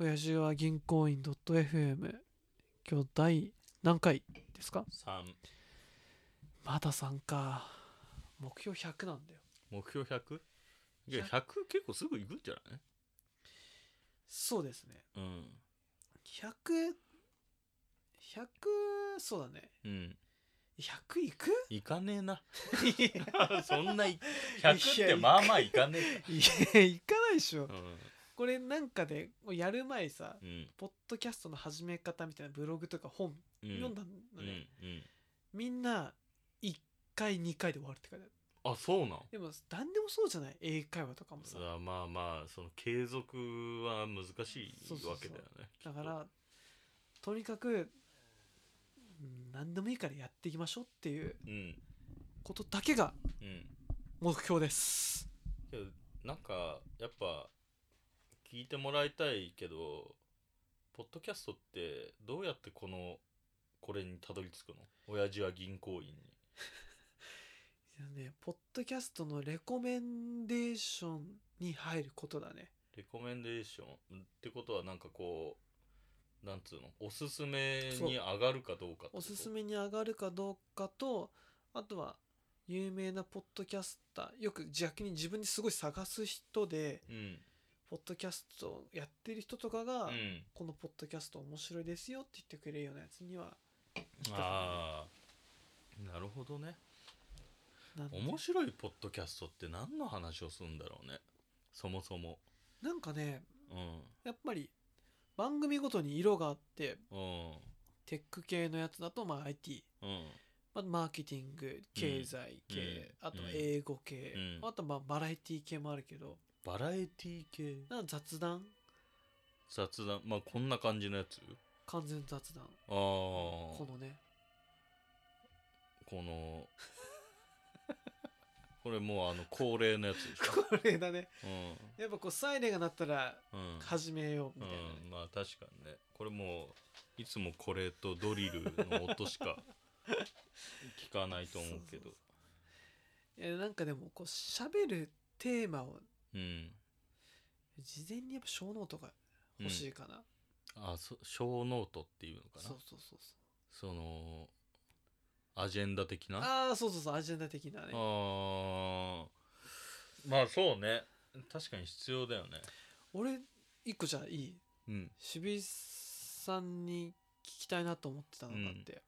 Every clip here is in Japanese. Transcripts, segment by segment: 親父は銀行員 .fm 今日第何回ですか3まだ3か目標100なんだよ目標 100? いや100結構すぐ行くんじゃないそうですねうん100100そうだねうん100いく行かねえない そんない100ってまあまあ行かねえやいかないでしょかこれなんかでやる前さうんうんポッドキャストの始め方みたいなブログとか本うん読んだのね、うんうんみんな1回2回で終わるって書いてあるあそうなんでも何でもそうじゃない英会話とかもさあまあまあその継続は難しいわけだよねだからとにかくうん何でもいいからやっていきましょうっていううんことだけがうん目標ですけどなんかやっぱ聞いてもらいたいけどポッドキャストってどうやってこのこれにたどり着くの親父は銀行員にいやねポッドキャストのレコメンデーションに入ることだねレコメンデーションってことはなんかこうなんつうのおすすめに上がるかどうかってことおすすめに上がるかどうかとあとは有名なポッドキャスターよく逆に自分ですごい探す人でうんポッドキャストをやってる人とかが、うんこのポッドキャスト面白いですよって言ってくれるようなやつにはああなるほどねなんて面白いポッドキャストって何の話をするんだろうねそもそもなんかねうんやっぱり番組ごとに色があってうんテック系のやつだとまあ IT、うんまあ、マーケティング経済系、うんあとはうん英語系、うんあとはまあバラエティ系もあるけどバラエティ系なんか雑談雑談まあこんな感じのやつ完全雑談ああここのね のこれもうあの恒例のやつでしこれだねょうんやっぱこうサイレンが鳴ったらうん始めようみたいなね、うん、まあ確かにねこれもういつもこれとドリルの音 しか聞かないと思うけどそういやなんかでもこう喋るテーマをうん事前にやっぱ小ノートが欲しいかな、あそ小ノートっていうのかなそうそうそうそうそのアジェンダ的なあああそうそうそうアジェンダ的なねあまあそうね確かに必要だよね俺一個じゃあいいうん渋井さんに聞きたいなと思ってたのがあって、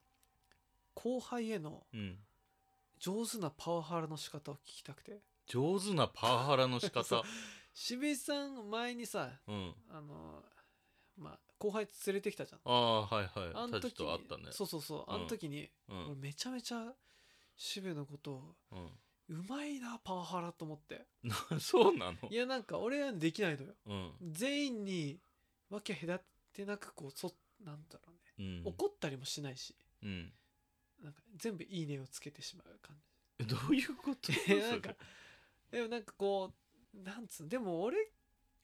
後輩へのうん上手なパワハラの仕方を聞きたくて上手なパワハラの仕 そう方渋井さん前にさうんあのまあ後輩連れてきたじゃんああはいはいあのタ時ジとあったねそうそうそうあの時に、う俺んめちゃめちゃ渋井のことをううまいなパワハラと思ってんそう なのいやなんか俺はできないのようん全員に分け隔てなくこうそなんだろうねうん怒ったりもしないしうんなんか全部「いいね」をつけてしまう感えどういうこ とじなんかでもなんかこうなんつうのでも俺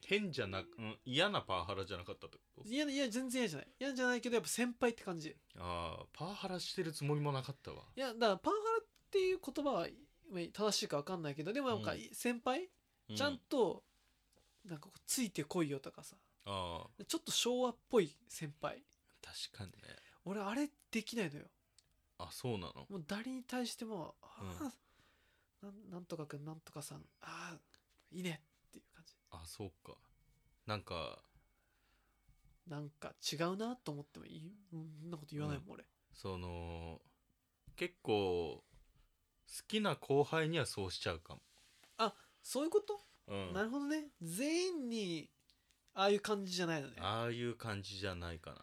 変じゃなく、うん、嫌なパワハラじゃなかったってこといやいや全然嫌じゃない嫌じゃないけどやっぱ先輩って感じいああパワハラしてるつもりもなかったわやだからパワハラっていう言葉はまあ正しいか分かんないけどでもなんかうん先輩、うちゃんとなんかこうついてこいよとかさああちょっと昭和っぽい先輩確かにね俺あれできないのよあそうなのもう誰に対しても「うんあーなんなんとかくんなんとかさんあーいいね」っていう感じあそうかなんかなんか違うなと思ってもいいそんなこと言わないもん俺、その結構好きな後輩にはそうしちゃうかもそういうこと、うんなるほどね全員にああいう感じじゃないのねああいう感じじゃないか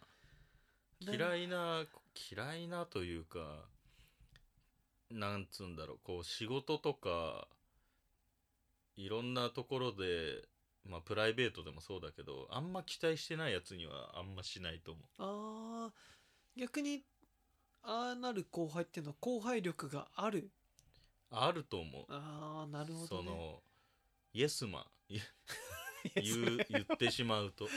なな嫌いな嫌いなというかなんつうんだろうこう仕事とかいろんなところでまあプライベートでもそうだけどあんま期待してないやつにはあんましないと思あー逆にああなる後輩っていうのは後輩力があるうあると思うああなるほど、そね、のイエスマンいいやそ言うれ言ってしまう と、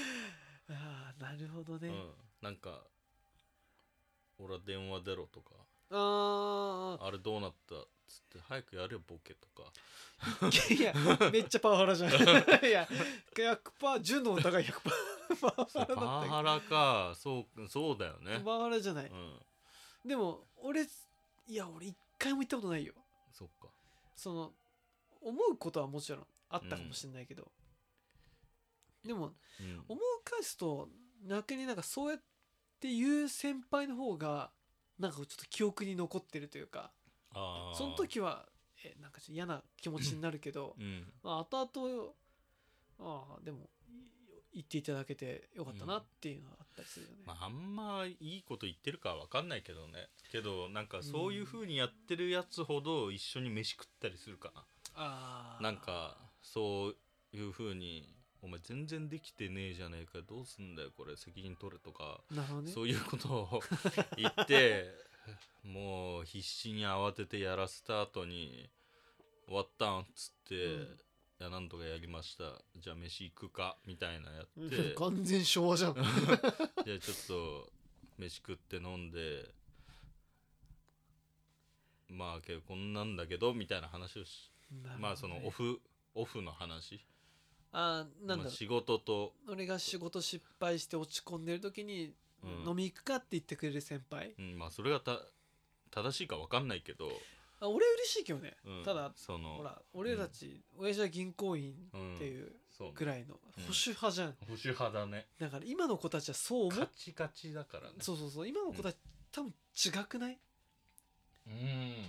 ああなるほどうね、ん、なんか「俺は電話出ろ」とかああれどうなったっつって早くやれよボケ とかーいやめっちゃパワハラ じゃんいや100%純のお互い100%パワハそうラだったけパどワハラかそうそうだよねパワハラじゃない、うんでも俺いや俺一回も行ったことないよそっかその思うことはもちろんあったかもしれないけど、でもうん思い返すと逆になんかそうやって言う先輩の方がなんかちょっと記憶に残ってるというかあーその時はえなんかちょっと嫌な気持ちになるけど、うんまあ、後々ああでもい言っていただけてよかったなっていうのはあったりするよね、まああんまいいこと言ってるかは分かんないけどねけどなんかそういう風にやってるやつほど一緒に飯食ったりするかなああなんかそういう風に「お前全然できてねえじゃねえかどうすんだよこれ責任取れ」とかなるほどねそういうことを 言ってもう必死に慌ててやらせた後に「終わったん」っつって「うんいやなんとかやりましたじゃあ飯行くか」みたいなやってうん完全昭和じゃ んじゃあちょっと飯食って飲んでまあけどこんなんだけどみたいな話をし、まあそのオフフオフの話ああなんだまろあ、う仕事と俺が仕事失敗して落ち込んでる時にうん飲み行くかって言ってくれる先輩、うんまあそれがた正しいか分かんないけど、あ俺嬉しいけどね、うんただそのほら俺たち、親父は銀行員っていうそうねくらいのうん保守派じゃん、保守派だねだから今の子たちはそう思カっチカチだからねそうそうそう今の子たち、多分違くないうん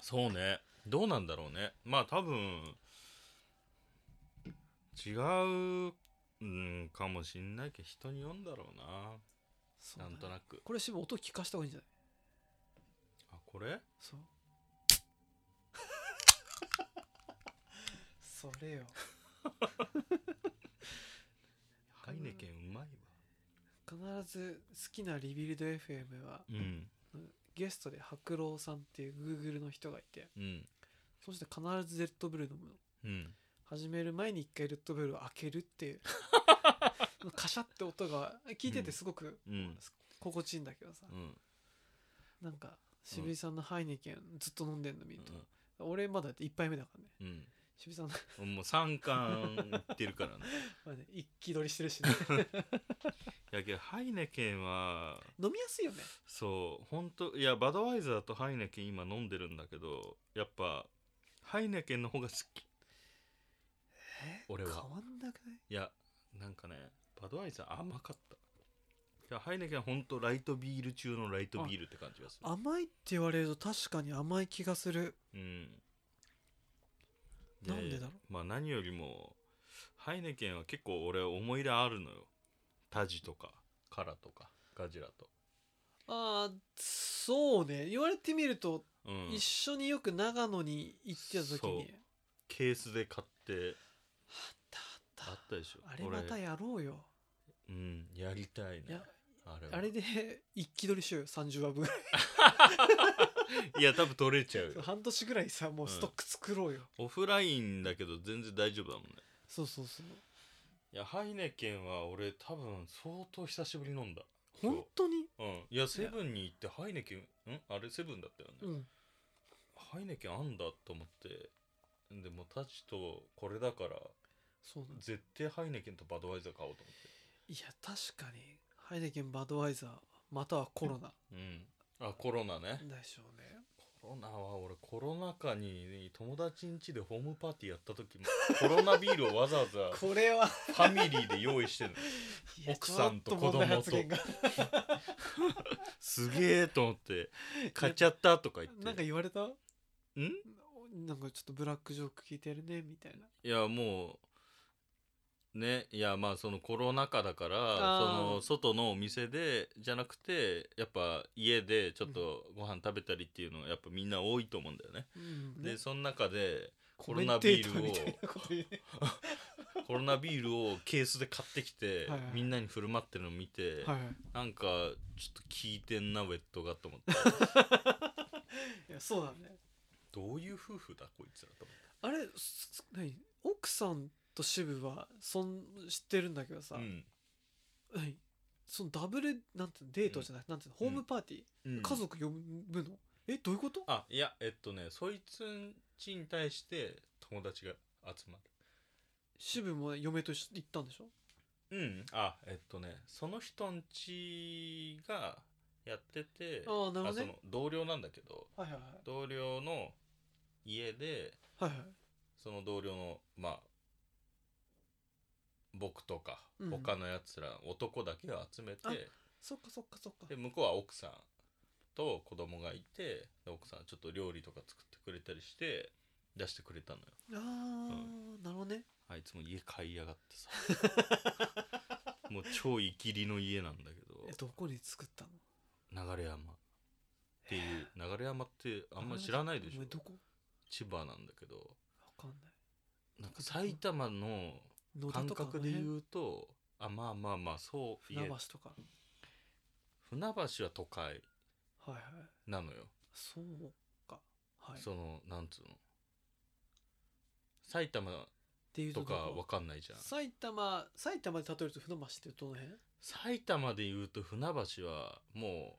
そうねどうなんだろうねまあ多分違う、うん、かもしんないけど人によんだろうなそうだなねんとなくこれしも音聞かした方がいいんじゃないあこれ そうそれよハイネケンうまいわ必ず好きなリビルド FM はうんゲストで白狼さんっていう Google の人がいてうんそして必ずレッドブル飲むのうん始める前に一回レッドブルを開けるって いうカシャって音が聞いててすごくうん心地いいんだけどさ、うんなんか渋井さんのハイネケンずっと飲んでんの見ると、俺まだ1杯目だからねうん渋井 さんのうんもう3巻いってるからねまあね一気取りしてる しねいやけどハイネケンは飲みやすいよねそう本当いやバドワイザーとハイネケン今飲んでるんだけどやっぱハイネケンの方が好きえ俺は変わんなくないいやなんかねバドワイザー甘かったいやハイネケンは本当ライトビール中のライトビールって感じがする甘いって言われると確かに甘い気がするうんなんでだろうまあ何よりもハイネケンは結構俺思い入れあるのよタジとかカラとかガジラとあーそうね言われてみると、うん一緒によく長野に行ってた時そうにケースで買ってあったああっったでしょたあれまた俺やろうようんやりたいねいやあれはあれで一気取りしようよ30話分ぐらいいや多分取れちゃう よ半年ぐらいさもうストック作ろうよ、オフラインだけど全然大丈夫だもんねそうそうそういやハイネケンは俺多分相当久しぶりに飲んだ本当にうんいやセブンに行ってハイネケンんあれセブンだったよね、うんハイネケンあんだと思ってでもタチとこれだからそうなんだ絶対ハイネケンとバドワイザー買おうといや確かにハイネケンバドワイザーまたはコロナ思ってうんあコロナねでしょうねコロナは俺コロナ禍に友達ん家でホームパーティーやった時もコロナビールをわざわざこれ はファミリーで用意してるのいや奥さんと子供とちょっ問題発言がすげえと思って 買っちゃったとか言ってなんか言われたんなんかちょっとブラックジョーク聞いてるねみたいないやもうねいやまあそのコロナ禍だからあーその外のお店でじゃなくてやっぱ家でちょっとご飯食べたりっていうのはやっぱみんな多いと思うんだよね。うんでその中でココロメンナテビーータールみたいをなこと言うねコロナビールをケースで買ってきてはいはいみんなに振る舞ってるの見てはいはいなんかちょっと聞いてんなウェットがと思っていやそうだねどういう夫婦だこいつらと思ってあれす何奥さんと支部はそん知ってるんだけどさ、うん何そのダブルなんていうのデートじゃなくて、なんていうのホームパーティー、うん家族呼ぶのえどういうことあいやえっとねそいつんちに対して友達が集ま渋も嫁と一緒に行ったんでしょるうんあえっとねその人んちがやっててああなるほどそねの同僚なんだけどはいはい同僚の家ではいはいはいその同僚のまあ僕とかうん他のやつら、男だけを集めてあそっかそっかそっかで向こうは奥さんと子供がいてで奥さんはちょっと料理とか作ってくれたりして出してくれたのよあー、なるほどねあいつも家買いやがってさ もう超イキりの家なんだけえどどこに作ったの流山っていう流山ってあんまり知らないでしおょ前どこ千葉なんだけどわかんないなんか埼玉の野田感とか覚でう言うとあまあまあまあそう言船え橋とか船橋は都会はいはいなのよ、そうかはいっそのなんつうの埼玉ていうとかどこわかんないじゃん埼玉埼玉で例えると船橋ってどの辺埼玉で言うと船橋はもう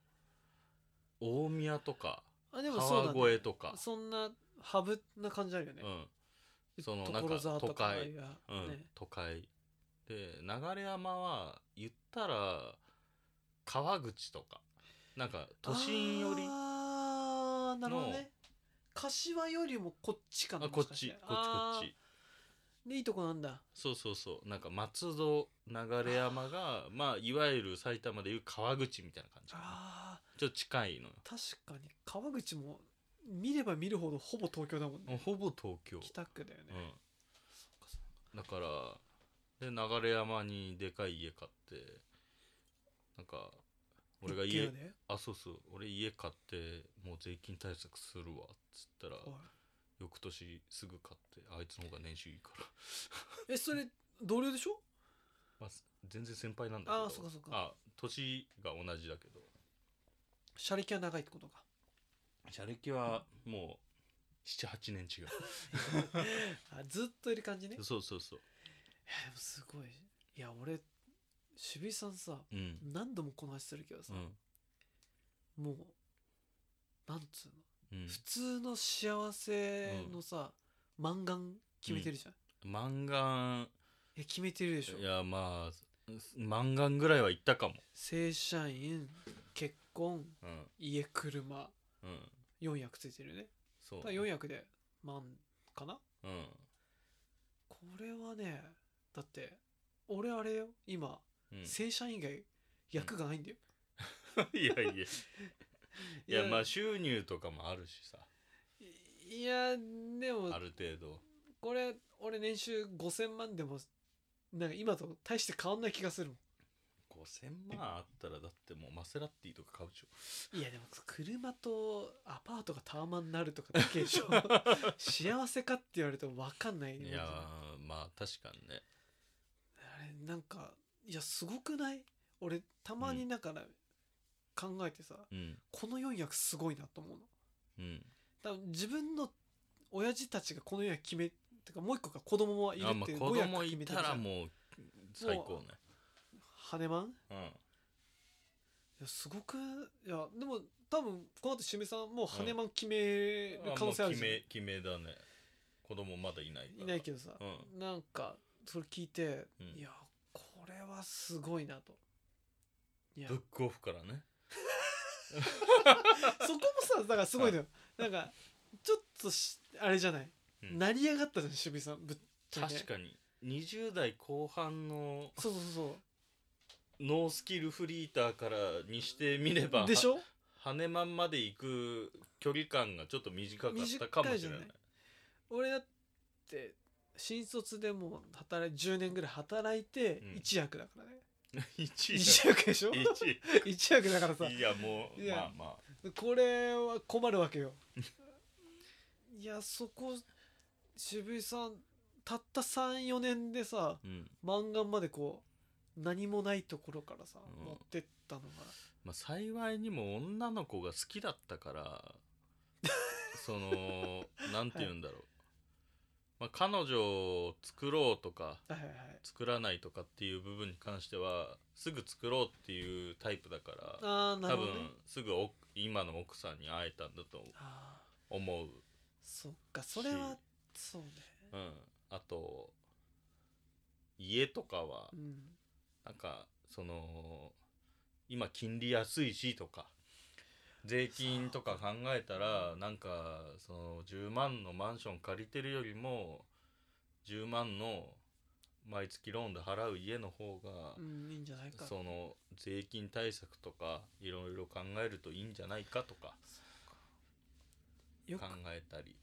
大宮とかあでもそうだ、ね、川越とかそんなハブな感じあるよね、うんそのなん所か沢と都か会、がうんね都会で流山は言ったら川口とかなんか都心よりああなるほどね柏よりもこっちかなあこっちこっちこっちちでいいとこなんだそうそうそうなんか松戸流山がまあいわゆる埼玉でいう川口みたいな感じかなあちょっと近いのよー確かに川口も見れば見るほどほぼ東京だもんねもうほぼ東京北区だよね、かそうん、だからで流山にでかい家買ってなんか俺が一軒家家であそうそう俺家買ってもう税金対策するわっつったらおい翌年すぐ買ってあいつの方が年収いいから、 えそれ同僚でしょまあ、す全然先輩なんだけどあそうかそうかあ年が同じだけど車歴は長いってことか車歴はもう78年 違あずっといる感じねいうそうそうそうやでもすごいいや俺渋井さんさうん何度もこの話するけどさう、んもうなんつうのうん普通の幸せのさ、満願決めてるじゃん、満願いや決めてるでしょいやまあす満願ぐらいは行ったかも正社員結婚うん家車うん4役ついてるよねそうだから4役で万かなうんこれはねだって俺あれよ今、うん正社員以外役がないんだよ、 いやいやいやまあい収入とかもあるしさいやでもある程度これ俺年収5000万でもなんか今と大して変わんない気がするも5000万あったらだってもうマセラティとか買うでしょんいやでも車とアパートがタワマンになるとかだけでし ょ幸せかって言われると分かんないいやあーまあ確かにねれなんかいやすごくない俺たまにだから考えてさ、うんこの4役すごいなと思うのうん多分自分の親父たちがこの役決めてかもう一個が子供はいるあっまあていう子5役供決いめてたるじゃらんもう最高ねハネマンうんいやすごくいやでも多分この後しめさんもうハネマン決める可能性あるあじもゃ、うん決め決めだね子供まだいないからいないけどさ、うなんかそれ聞いて、うんいやこれはすごいなといやブックオフからねそこもさだからすごいのよなんかちょっとしあれじゃない、うん成り上がったじゃん渋井さんぶっちゃけ確かに20代後半のそうそうそうノースキルフリーターからにしてみればでしょ羽マンまで行く距離感がちょっと短かったかも短しれないいじゃない俺だって新卒でもう働い10年ぐらい働いてうん一役だからね、 1一役でしょ 一役だからさいやもういやまあまこれは困るわけよ いやそこ渋井さんたった34年でさあ、うん漫画までこう何もないところからさ、うん持ってったのがまあ、幸いにも女の子が好き だったからそのなんて言うんだろう、まあ、彼女を作ろうとかはいはいはい作らないとかっていう部分に関してはすぐ作ろうっていうタイプだからああなる多ほ分ど、ね、すぐお今の奥さんに会えたんだとああ思う、そっかそれはしそうねうん、あと家とかはうんなんかその今金利安いしとか税金とか考えたらなんかその10万のマンション借りてるよりも10万の毎月ローンで払う家の方がうんいいんじゃないかその税金対策とかいろいろ考えるといいんじゃないかとかよ考えたり、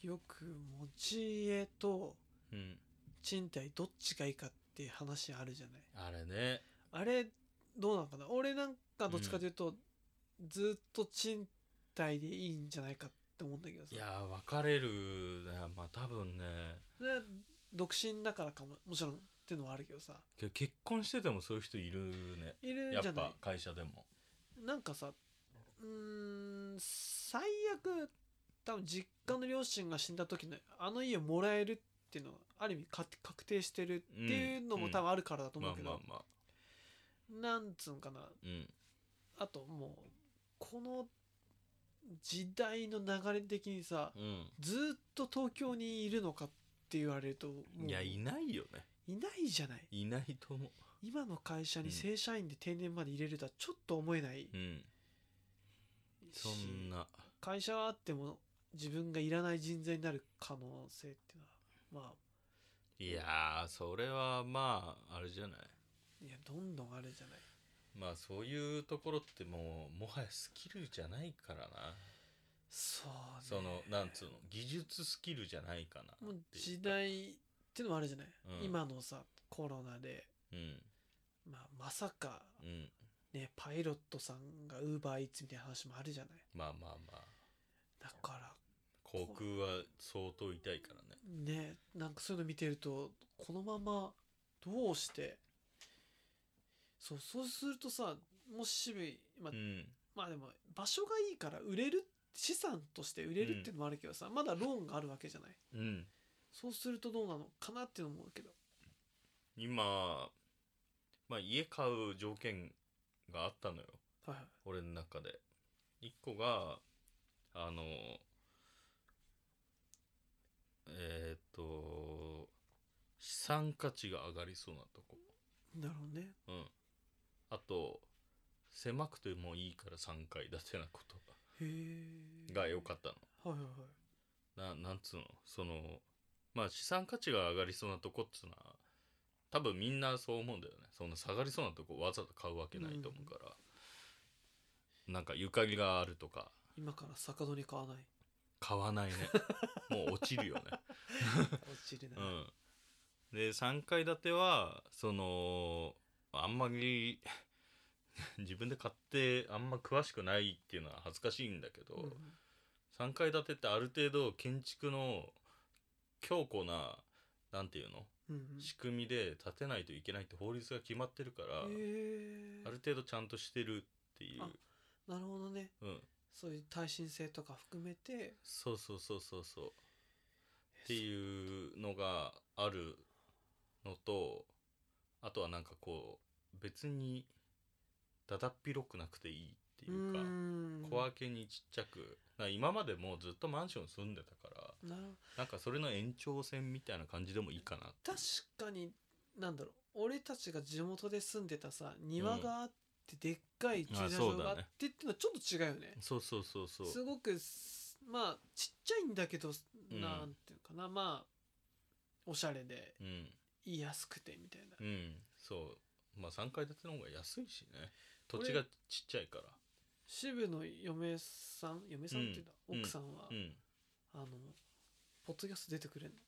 くよく持ち家とうん、賃貸どっちがいいかっていう話あるじゃないあれねあれどうなのかな俺なんかどっちかというと、ずっと賃貸でいいんじゃないかって思うんだけどさいやー分かれるねまあ多分ねそれは独身だからかももちろんっていうのはあるけどさけ結婚しててもそういう人いるねいるやんじゃっないぱ会社でも。なんかさうーん最悪多分実家の両親が死んだ時のあの家をもらえるっていうのはある意味か確定してるっていうのも多分あるからだと思まうあけど、まあまあなんつうのかなうんあともうこの時代の流れ的にさうずーっと東京にいるのかって言われるともうんいやいいないよねないじゃないいないと思今の会社うにん正社員で定年まで入れるとはちょっと思えないううんしそんな会社はあっても自分がいらない人材になる可能性っていうのはまいやーそれはまああれじゃないあいやどんどんあるじゃないまあそういうところってもうもはやスキルじゃないからなそうねそのなんつうの技術スキルじゃないかなもうっていう時代っていうのもあるじゃない、うん今のさコロナで、うんまあ、まさかうんねパイロットさんがウーバーイーツみたいな話もあるじゃないまあまあまあだから航空は相当痛いからねねなんかそういうの見てるとこのままどうしてそうそうするとさもし、まあうんまあでも場所がいいから売れる資産として売れるっていうのもあるけどさ、まだローンがあるわけじゃないうんそうするとどうなのかなっていうのも思うけど今まあ家買う条件があったのよはいはい俺の中で一個があのえーっ、と資産価値が上がりそうなとこなるほどねうんあと狭くてもいいから3階建てなことへえが良かったのはいはいはいななんつうのそのまあ資産価値が上がりそうなとこっつうのは多分みんなそう思うんだよねそんな下がりそうなとこわざと買うわけないと思うから、なんかゆかりがあるとか今から坂戸に買わない買 わないねもう落ちるよね落ちるな、うんで3階建てはそのあんまり 自分で買ってあんま詳しくないっていうのは恥ずかしいんだけど、うん3階建てってある程度建築の強固ななんていうのうん仕組みで建てないといけないって法律が決まってるから、うん、へえある程度ちゃんとしてるっていうあ、なるほどねうん、そういう耐震性とか含めてそうそうそうそうそうっていうのがあるのとあとはなんかこう別にだだっ広くなくていいっていうか小怖分けにちっちゃくなんか今までもうずっとマンション住んでたからなるほどなんかそれの延長線みたいな感じでもいいかなって確かになんだろう俺たちが地元で住んでたさ庭があってでっかい駐あ車そ場うだねがあってっていうのはちょっと違うよねそうそうそうそうすごくすまあちっちゃいんだけどうんなんていうのかな、まあおしゃれでうん言いやすくてみたいなうんそうまあ3階建ての方が安いしね土地がちっちゃいから渋野嫁さん嫁さんっていうんだ、うん奥さんは、うんあのポッドキャスト出てくれんの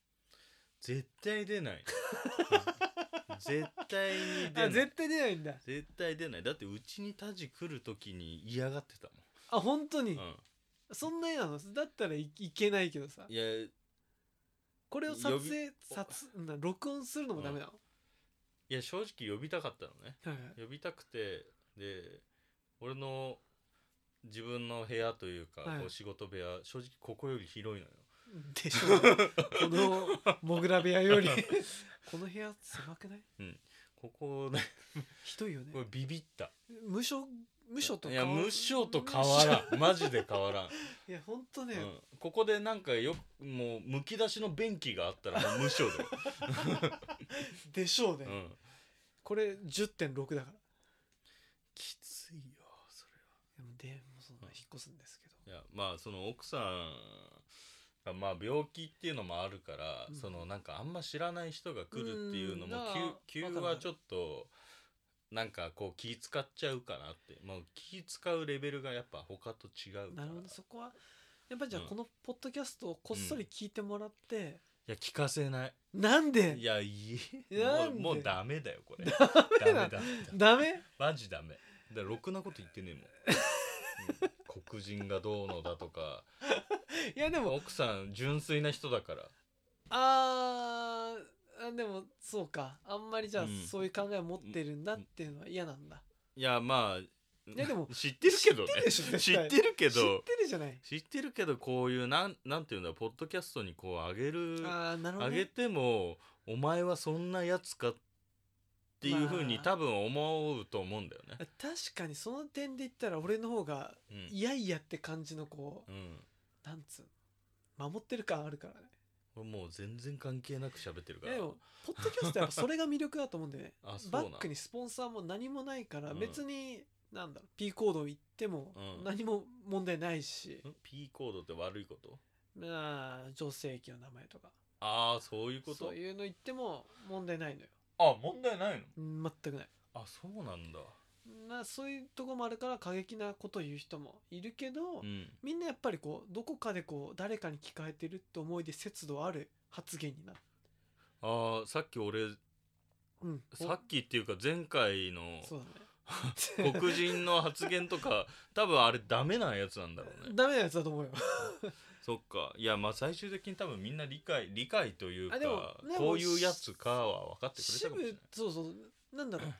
絶対 出ないうん絶対に出ない対出ないんだ絶対出ないだってうちにタジ来る時に嫌がってたあ本当に、もん、うん、そんな嫌なのだったらいいけないけどさいやいこれを撮呼び影撮な録音するのもダメなの、や正直呼びたかったのねはいはい呼びたくてで俺の自分の部屋というか、はいこう仕事部屋正直ここより広いのよでしょうこのモグラ部屋より この部屋狭くないここ ねひいよねこれビビった無所無所とい変やわ無所と 変わらんマジで変わらん、いや本当ね、うん、ここでなんかよもうむき出しの便器があったらもう 無所だよ、でしょうね、うん、これ10.6だからきついよそれでもでもそんなうん引っ越すんですけど、いやまあその奥さんがまあ病気っていうのもあるから、うんそのなんかあんま知らない人が来るっていううのもんなあ急わ急かるはちょっとなんかこう気使っちゃうかなってもう気使うレベルがやっぱ他と違うなからるほどそこはやっぱりじゃあうんこのポッドキャストをこっそり聞いてもらって、いや聞かせないなんいでやいえなんもうでもうダメだよこれダメダなメだダメマジダメだからろくなこと言ってねえもん、 うん黒人がどうのだとかいやでも奥さん純粋な人だからあーあでもそうかあんまりじゃあうんそういう考えを持ってるんだっていうのは嫌なんだ、いやまあやでも 知ってるけどね知ってるでし知ょっ絶対てるけ知っどてるじゃない知ってるけどこういうなんなんていうんだポッドキャストにこうあげるあ,、ああなるほど、げね、てもお前はそんなやつかっていうふうにまあ多分思うと思うんだよね、確かにその点で言ったら俺の方がうんいやいやって感じのこうんうなんつうの守ってる感あるからね俺もう全然関係なく喋ってるかいやらでもポッドキャストはやっぱそれが魅力だと思うんでね あそうなバんックにスポンサーも何もないからうん別に、なんだろう P コード行ってもうん何も問題ないし、ん P コードって悪いことまあ女性器の名前とかああそういうことそういうの言っても問題ないのよあ問題ないのうん全くないあそうなんだなそういうとこもあるから過激なこと言う人もいるけど、うんみんなやっぱりこうどこかでこう誰かに聞かれてるって思いで節度ある発言になる、あーさっき俺うん、さっきっていうか前回のおそうだね 黒人の発言とか多分あれダメなやつなんだろう ねダメなやつだと思うよそっかいやまあ最終的に多分みんな理解理解というかあでもでもこういうやつかは分かってくれた渋かもしれないそうそうなんだろう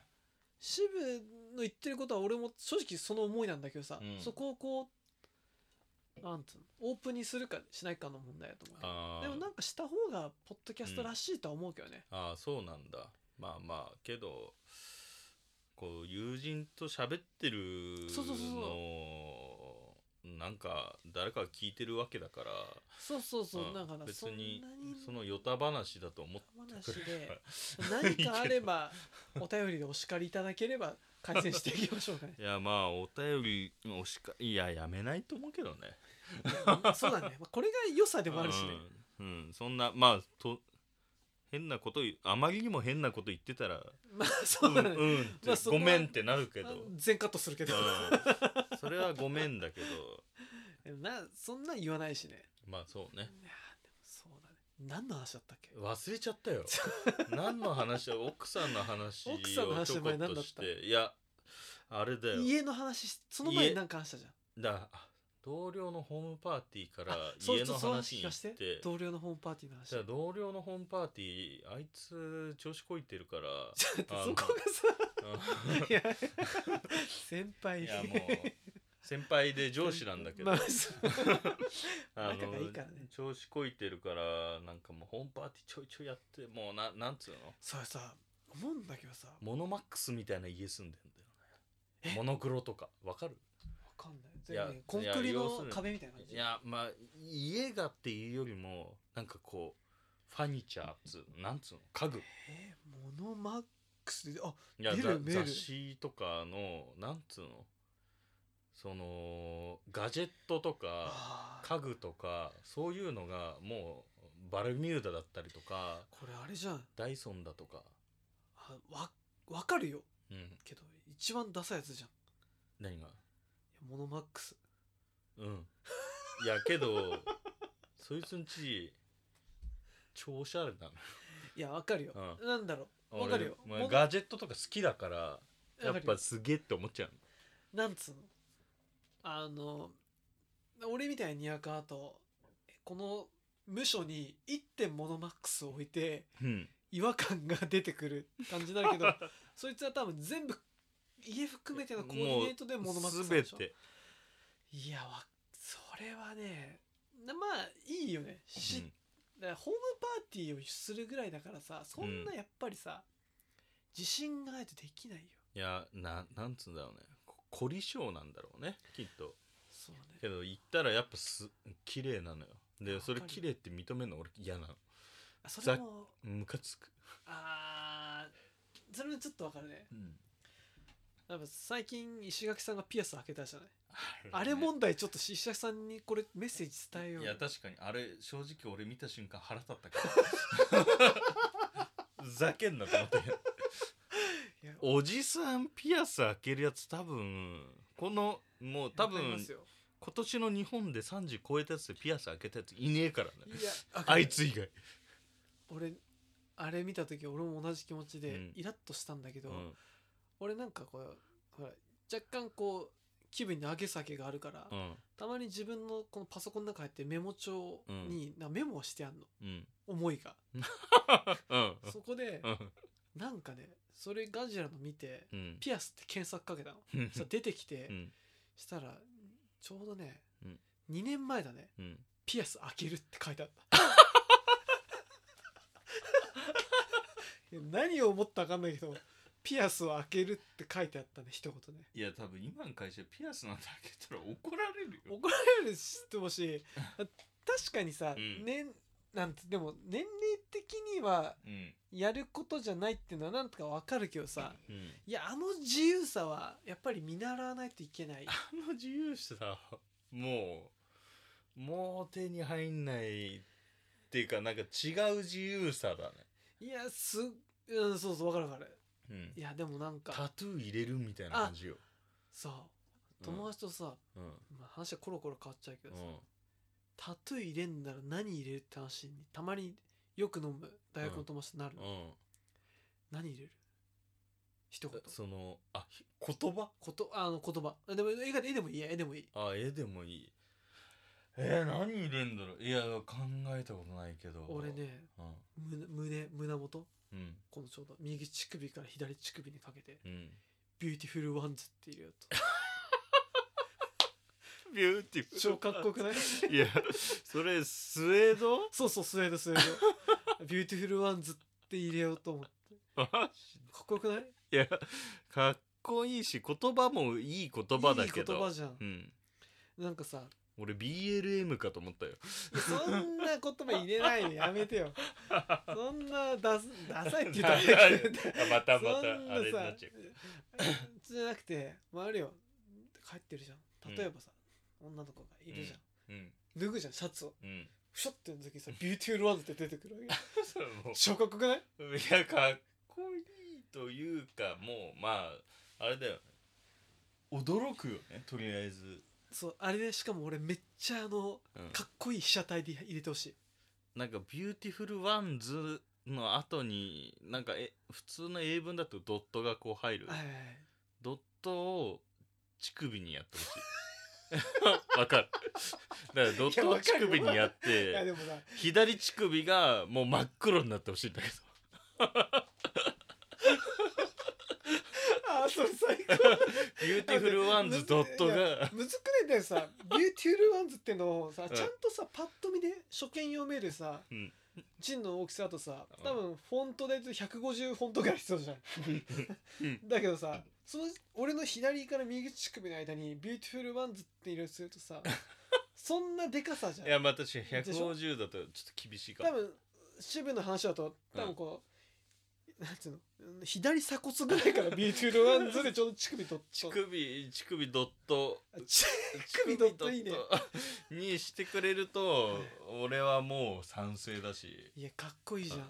渋の言ってることは俺も正直その思いなんだけどさ、うんそこをこうなんつうのオープンにするかしないかの問題だと思うけどあーでもなんかした方がポッドキャストらしいとは思うけどね、あーそうなんだまあまあけどこう友人と喋ってるそうそうそうそうのをなんか誰かが聞いてるわけだからそうそうそう、うんだから別そんなににそのヨタ話だと思って話くれるでから何かあれば お便りでお叱りいただければ改善していきましょうか ねいやまあお便りおしかいややめないと思うけどねそうだねまあこれが良さでもあるしね、うん、うんそんなまあと変なこと言うあまりにも変なこと言ってたらまあそうだね、ん、うんってまあそこごはめんってなるけど、まあうん、全カットするけど、それはごめんだけどでもなそんなん言わないしねまあそういやねーでもそうだね何の話だったっけ忘れちゃっ たよ何の話だ奥さんの話を奥さんの話ちょこ前っ何だとっしたていやあれだよ家の話しその前家に何か話したじゃんだ同僚のホームパーティーからあそう家そのうそう話聞に行かっせて同僚のホームパーティーの話じゃあ同僚のホームパーティーあいつ調子こいて るからちょっとあのそこがさ いや先輩いやもう 先輩で上司なんだけまど、あそうあ仲がいいからねの調子こいてるからなんかもうホームパーティーちょいちょいやってもうななんつうのそれさ思うんだけどさわモノマックスみたいな家住んでんだよえねモノクロとかわかるかんないいや全部コンクリいや要すのるに壁みたいな感じいやまあ家がっていうよりもなんかこうファニチャーっつうのなんつうの家具えーモノマックスであいや見るざ見る雑誌とかのなんつうのそのガジェットとかあー家具とかそういうのがもうバルミューダだったりとかこれあれじゃんダイソンだとか、あわわかるようん、けど一番ダサいやつじゃん何がいやモノマックスうんいやけ どそいつんち超おしゃれなのいやわかるよ、うなんだろうわかるよ俺まあもガジェットとか好きだからやわっかるよぱすげえって思っちゃうなんつうのあの俺みたいにやかとこの無所に1点モノマックスを置いてのうん違和感が出てくる感じになるけど そいつは多分全部家含めてのコーディネートでモノマックスなん全でしょていやわそれはねなまあいいよねし、だからホームパーティーをするぐらいだからさそんなやっぱりさ、自信がないとできないよいやななんつうんだろうねこ凝り性なんだろうねきっとそうねけど行ったらやっぱす綺麗なのよでわかそるれ綺麗って認めるの俺嫌なのあそれざもムカつく、あーそれもちょっとわかるねやっぱ最近石垣さんがピアス開けたじゃないあれ問題ちょっと石垣さんにこれメッセージ伝えよういよや確かにあれ正直俺見た瞬間腹立ったから ふざけんなと思っていやおじさんピアス開けるやつ多分このもう多わかりま分すよ今年の日本で30超えたやつでピアス開けたやついねえからねいやわかあるいつ以外俺あれ見た時俺も同じ気持ちうでんイラッとしたんだけど、うん俺なんかこうほら若干こう気分に上げ下げがあるから、うんたまに自分のこのパソコンの中入ってメモ帳になメモをしてあんのうん思いがうんそこでうんなんかねそれガジラの見てうんピアスって検索かけたのうんそしたら出てきてうんしたらちょうどねうん2年前だねうんピアス開けるって書いてあった。いや何を思ったかわかんないけどピアスを開けるって書いてあったね一言ねいや多分今の会社ピアスなんて開けたら怒られるよ怒られるしてほしい確かにさ、うん年なんてでも年齢的にはうんやることじゃないっていうのはなんとかわかるけどさうんいやあの自由さはやっぱり見習わないといけ ないあの自由さもうもう手に入んないっていうかなんか違う自由さだね、いやすうんそうそうわかるわかるうんい、やでもなんかタトゥー入れるみたいな感じよ、さ友達とさ、うんまあ、話はコロコロ変わっちゃうけうどんさ、タトゥー入れんなら何入れるって話にたまによく飲む大学の友達となるの、うん何入れる一言そのあひ言葉ことあの言葉あでも絵が絵でもいいや絵でもいいあ絵でもいいえー、何入れんだろういや考えたことないけど俺ねうん胸胸胸元うんこのちょうど右乳首から左乳首にかけてうん「ビューティフルワンズ」っていうやつビューティ フル超かっこよくないいやそれスウェー ドそうそうスウェードスウェード ビューティフルワンズって入れようと思ってかっこよくないいやかっこいいし言葉もいい言葉だけどいい言葉じゃんうん、なんかさ俺 BLM かと思ったよそんな言葉入れないでやめて よそんなダスダサいって言ったらあれ だけどあまたまたそんなあれにさなっちゃうじゃなくて、まあ、あるよ帰ってるじゃん例えばさ、女の子がいるじゃん、うん脱ぐじゃんシャツをうんふしょっての時にさ「ビューティフルワンズ」って出てくるわけそうも小国くない、ういやかっこいいというかもうまああれだよね驚くよねとりあえず、そうあれでしかも俺めっちゃあのうんかっこいい被写体で入れてほしいなんかビューティフルワンズの後になんかえ普通の英文だとドットがこう入るはいはいはいドットを乳首にやってほしい。 わかる。だからドットを乳首にやっいやて、でもさ左乳首がもう真っ黒になってほしいんだけど。あーそれ最高ビュ ーティフルワンズドットが、むずくないだよさ「ビューティフルワンズ」ってのをさ、うんちゃんとさパッと見で初見読めるさ、うん字の大きさだとさうん多分フォントで言うと150フォントぐらい必要じゃん、うんだけどさその俺の左から右乳首の間に「ビューティフルワンズ」って入れるとするとさそんなでかさじゃいんや、まあ確かに150だとちょっと厳しいか多も。分支部の話だと多分こう、なんつうのうん左鎖骨ぐらいから「ビューティフルワンズ」でちょうど乳首とっ乳首、乳首ドット、乳首ドットいいね乳首ドットにしてくれると、俺はもう賛成だし。いやかっこいいじゃんい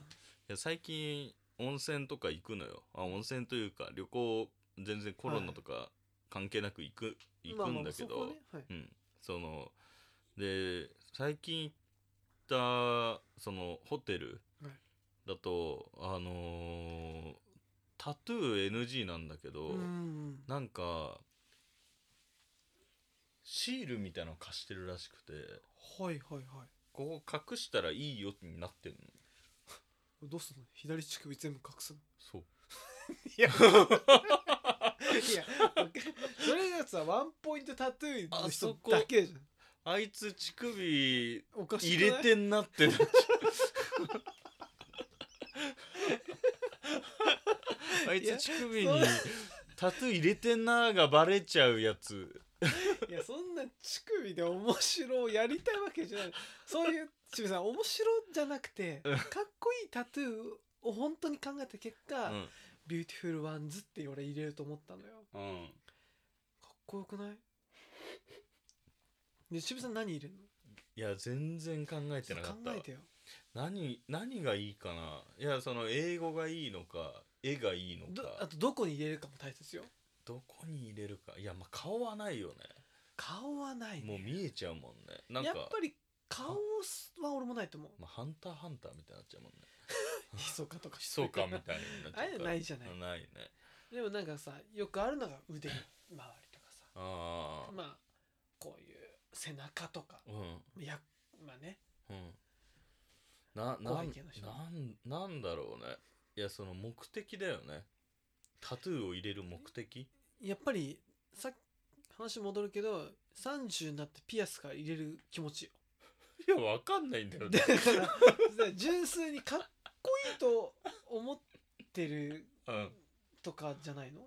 や最近温泉とか行くのよあ温泉というか旅行全然コロナとか関係なく行く、行くんだけど、まあまあまあそこはねはいうんそので最近行ったそのホテルはいだと、あのータトゥー NG なんだけど、うんなんかシールみたいなの貸してるらしくてはいはいはここ隠したらいいよになってんのいどうすんの左乳首全部隠すのそういや いやそれやつはワンポイントタトゥーのあ人そこだけじゃんあいつ乳首おかし入くないれてんなってなっちゃうあいつ乳首にいやタトゥー入れてんながバレちゃうやついやそんな乳首で面白をやりたいわけじゃないそういうちびさん面白じゃなくてかうんっこいいタトゥーを本当に考えた結う果、ん、ビューティフルワンズって俺入れると思ったのようん、かっこよくないでちびさん何入れるのいや全然考えてなか考ったえてよ何何がいいかないやその英語がいいのか絵がいいのどかあとどこに入れるかも大切よどこに入れるかいやまあ顔はないよね顔はない、もうね、見えちゃうもんねなんやかっぱり顔は俺もないと思うまあ、ハンターハンターみたいになっちゃうもんねひそかとかひそかみたいになっちゃうからあれないじゃないないねでもなんかさよくあるのが腕周りとかさああまあこういう背中とかうんいやまあねうんなな怖んい系の人なんなんだろうねいやその目的だよねタトゥーを入れる目的やっぱりさっ話戻るけど30になってピアスから入れる気持ちよいやわかんないんだよだねから純粋にかっこいいと思ってるうんとかじゃない の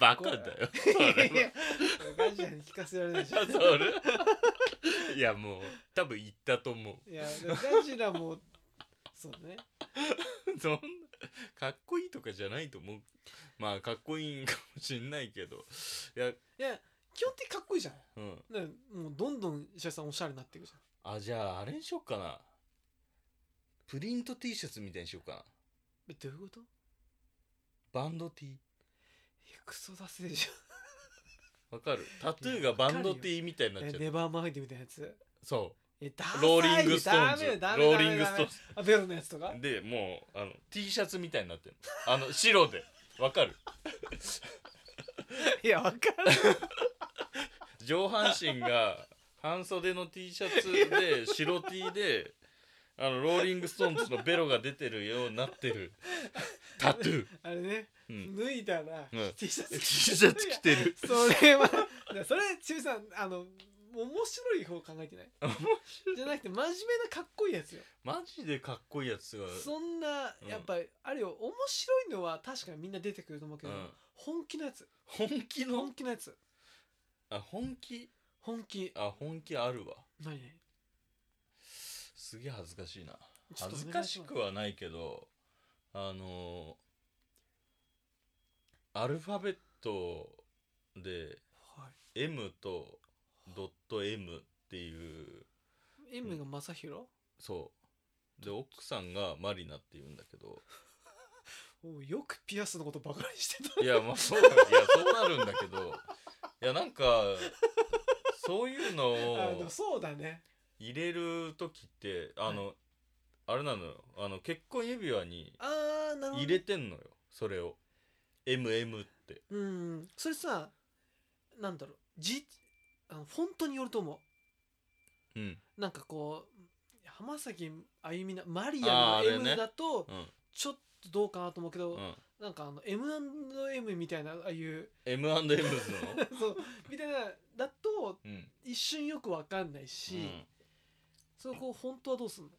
バカだよいやそれいや ガジアに聞かせられないじゃん それいやもう多分言ったと思いやガジラもそうねうそんなかっこいいとかじゃないと思うまあかっこいいんかもしんないけどいやいや基本的にかっこいいじゃんうんだからもうどんどん石橋さんおしゃれになっていくじゃんあじゃああれにしよっかなプリント T シャツみたいにしようかなえどういうことバンド T いやクソだせえじわかるタトゥーがバンド T みたいにゃなんっえちゃネうバーマインドみたいなやつそえダサいうローリングストーンズダメよダメロよーリングストーンあベロのやつとかズでもうあの T シャツみたいになってるあの白でわかるいやわかる上半身が半袖の T シャツで白 T であのローリング・ストーンズのベロが出てるようになってるタトゥー、あれねうん、脱いだらうん T シャツ T シャツ着てるそれはそれちびさんあの面白い方考えてない面じゃなくて真面目なかっこいいやつよマジでかっこいいやつがそんなうんやっぱり、あれよ面白いのは確かにみんな出てくると思うけうど、ん、本気のやつ本気の本気のやつあ本気本気あ本気あるわ何々すげえ恥ずかしいなちょっとお恥ず願かいししますくはないけどあのーアルファベットでは M とドット M っていうい M が正宏、そうで奥さんがマリナって言うんだ けどおうよくピアスのことばかりしてたいやまあそういやそうなるんだけどいやなんかそういうの あでをもそうだね入れる時ってあの、あれなのよあの結婚指輪にあーなるほど入れてんのよそれを MM ってうんそれさなんだろうじあのフォントによると思うんうなんかこう浜崎あゆみなマリあーアあのれ M ねだとうんちょっとどうかなと思うけど、うんなんかあの M&M みたいなああいう M&M's のそうみたいなだとうん、一瞬よくわかんないし、うんそこ本当はどうすんの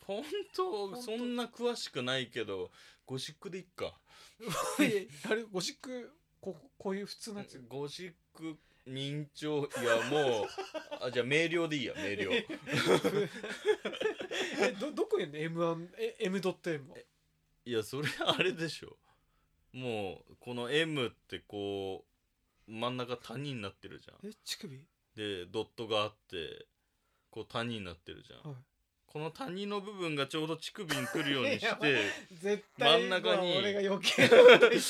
本当そんな詳しくないけどゴシックでいっかいやあれゴシックここういう普通のやつよゴシック認証いやもうあじゃあ明瞭でいいや明 瞭えどどこやんの M1 え M.M はいやそれあれでしょもうこの M ってこう真ん中谷になってるじゃんえ乳首でドットがあってこう谷になってるじゃん、はいこの谷の部分がちょうど乳首に来るようにいやしまあて絶対真ん中にまあ俺が余計なこと言ったけど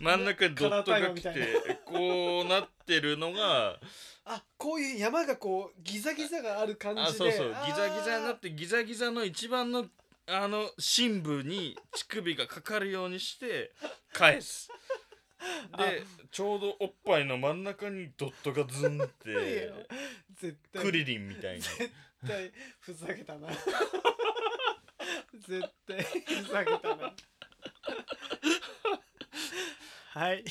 真ん中にドットカラータが来イガーみたていなこうなってるのが あこういう山がこうギザギザがある感じであそうそうあーギザギザになってギザギザの一番のあの深部に乳首がかかるようにして 返す。でちょうどおっぱいの真ん中にドットがズンっいてや絶対クリリンみたいに絶対ふざけたな絶対ふざけたなはい